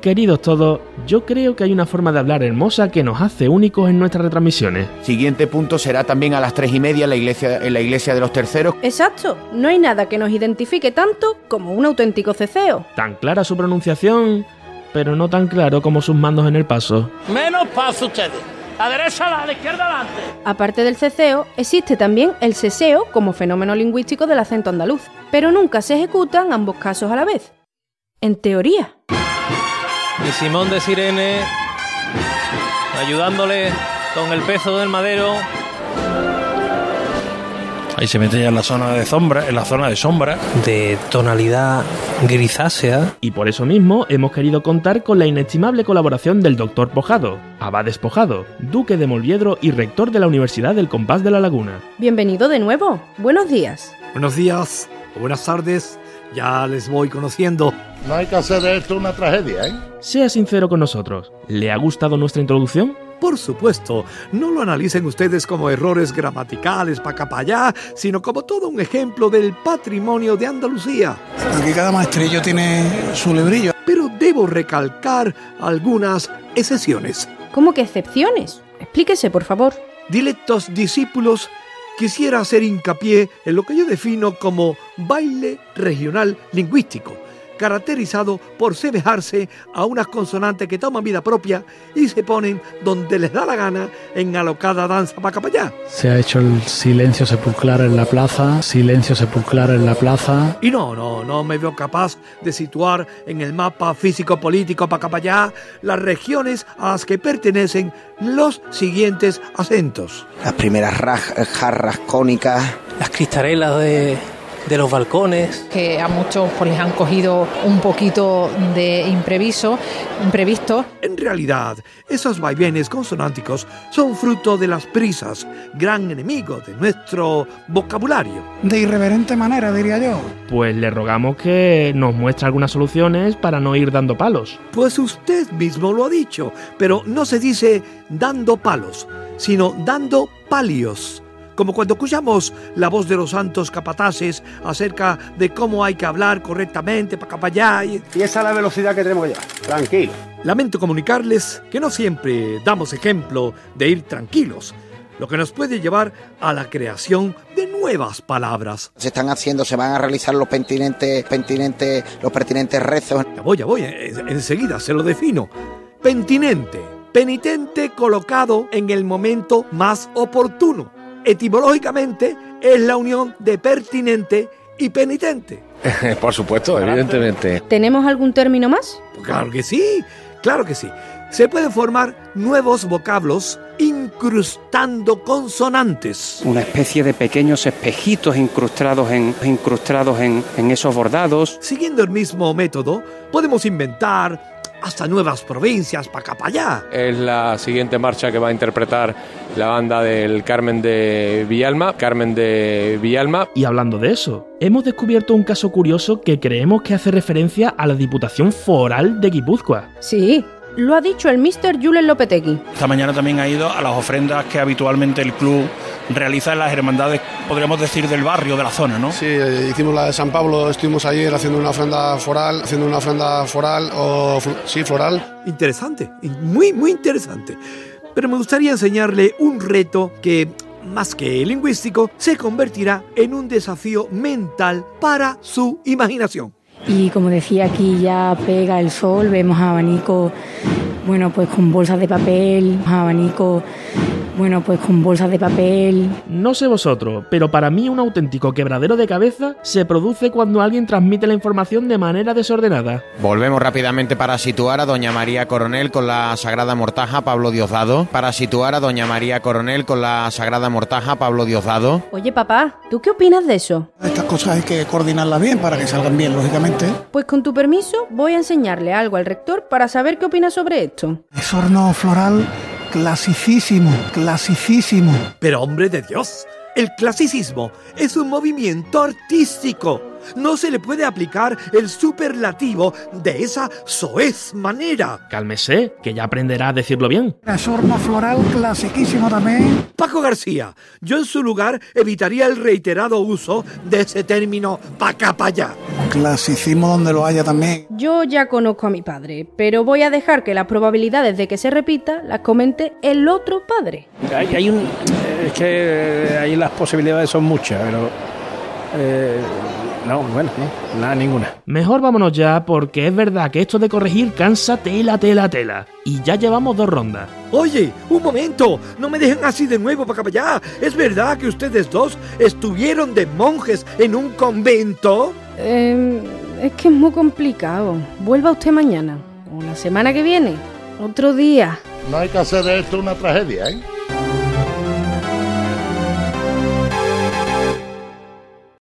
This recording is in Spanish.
Queridos todos, yo creo que hay una forma de hablar hermosa que nos hace únicos en nuestras retransmisiones. Siguiente punto será también a las tres y media en la iglesia, en la iglesia de los terceros. Exacto, no hay nada que nos identifique tanto como un auténtico ceceo. Tan clara su pronunciación, pero no tan claro como sus mandos en el paso. Menos paso ustedes. A derecha, a la izquierda, adelante. Aparte del ceceo, existe también el seseo como fenómeno lingüístico del acento andaluz, pero nunca se ejecutan ambos casos a la vez. En teoría. Y Simón de Sirene ayudándole con el peso del madero. Ahí se mete ya en la zona de sombra, en la zona de sombra. de tonalidad grisácea. Y por eso mismo hemos querido contar con la inestimable colaboración del doctor Pojado, abad Pojado, duque de Molviedro y rector de la Universidad del Compás de la Laguna. Bienvenido de nuevo. Buenos días. Buenos días, o buenas tardes, ya les voy conociendo. No hay que hacer de esto una tragedia, ¿eh? Sea sincero con nosotros, ¿le ha gustado nuestra introducción? Por supuesto, no lo analicen ustedes como errores gramaticales para acá para allá, sino como todo un ejemplo del patrimonio de Andalucía. Porque cada maestrillo tiene su librillo. Pero debo recalcar algunas excepciones. ¿Cómo que excepciones? Explíquese, por favor. Dilectos discípulos, quisiera hacer hincapié en lo que yo defino como baile regional lingüístico, caracterizado por semejarse a unas consonantes que toman vida propia y se ponen donde les da la gana en alocada danza para acá para allá. Se ha hecho el silencio sepulcral en la plaza, silencio sepulcral en la plaza. Y no, no, no me veo capaz de situar en el mapa físico-político para acá para allá las regiones a las que pertenecen los siguientes acentos. Las primeras raj- jarras cónicas. Las cristarelas de, de los balcones. que a muchos pues, les han cogido un poquito de impreviso, imprevisto. En realidad, esos vaivenes consonánticos son fruto de las prisas, gran enemigo de nuestro vocabulario. De irreverente manera, diría yo. Pues le rogamos que nos muestre algunas soluciones para no ir dando palos. Pues usted mismo lo ha dicho, pero no se dice dando palos, sino dando palios. Como cuando escuchamos la voz de los santos capataces acerca de cómo hay que hablar correctamente para acá para allá. y- Y esa es la velocidad que tenemos ya. Tranquilo. Lamento comunicarles que no siempre damos ejemplo de ir tranquilos, lo que nos puede llevar a la creación de nuevas palabras. Se están haciendo, se van a realizar los pertinentes, pertinentes, los pertinentes rezos. Ya voy, ya voy, en- enseguida se lo defino. Pentinente, penitente colocado en el momento más oportuno. Etimológicamente es la unión de pertinente y penitente. Por supuesto, evidentemente. ¿Tenemos algún término más? Pues Claro que sí, claro que sí. Se pueden formar nuevos vocablos incrustando consonantes. Una especie de pequeños espejitos incrustados en, incrustados en, en esos bordados. Siguiendo el mismo método, podemos inventar hasta nuevas provincias para acá para allá. Es la siguiente marcha que va a interpretar la banda del Carmen de Villalma. Carmen de Villalma. Y hablando de eso, hemos descubierto un caso curioso que creemos que hace referencia a la Diputación Foral de Guipúzcoa. Sí, lo ha dicho el Mr. Julen Lopetegui. Esta mañana también ha ido a las ofrendas que habitualmente el club realiza en las hermandades, podríamos decir, del barrio, de la zona, ¿no? Sí, eh, hicimos la de San Pablo, estuvimos ayer haciendo una ofrenda foral, haciendo una ofrenda foral, o fl- sí, floral. Interesante, muy, muy interesante. Pero me gustaría enseñarle un reto que, más que lingüístico, se convertirá en un desafío mental para su imaginación. Y como decía aquí ya pega el sol, vemos abanicos, bueno pues con bolsas de papel, abanicos, bueno pues con bolsas de papel. No sé vosotros, pero para mí un auténtico quebradero de cabeza se produce cuando alguien transmite la información de manera desordenada. Volvemos rápidamente para situar a Doña María Coronel con la Sagrada Mortaja Pablo Diosdado. Para situar a Doña María Coronel con la Sagrada Mortaja Pablo Diosdado. Oye, papá, ¿tú qué opinas de eso? Estas cosas hay que coordinarlas bien para que salgan bien, lógicamente. Pues con tu permiso, voy a enseñarle algo al rector para saber qué opina sobre esto. Es horno floral clasicísimo, clasicísimo. Pero hombre de Dios, El clasicismo es un movimiento artístico. No se le puede aplicar el superlativo de esa soez manera. Cálmese, que ya aprenderá a decirlo bien. La sorna floral clasiquísimo también. Paco García, yo en su lugar evitaría el reiterado uso de ese término pa' acá, pa' allá. Clasicismo donde lo haya también. Yo ya conozco a mi padre, pero voy a dejar que las probabilidades de que se repita las comente el otro padre. Hay, hay un, es que eh, ahí las posibilidades son muchas, pero... eh, no, bueno, no, nada, ninguna. Mejor vámonos ya, porque es verdad que esto de corregir cansa tela, tela, tela. Y ya llevamos dos rondas. Oye, un momento, no me dejen así de nuevo para allá. ¿Es verdad que ustedes dos estuvieron de monjes en un convento? Em, es que es muy complicado. Vuelva usted mañana, o la semana que viene, otro día. No hay que hacer de esto una tragedia, ¿eh?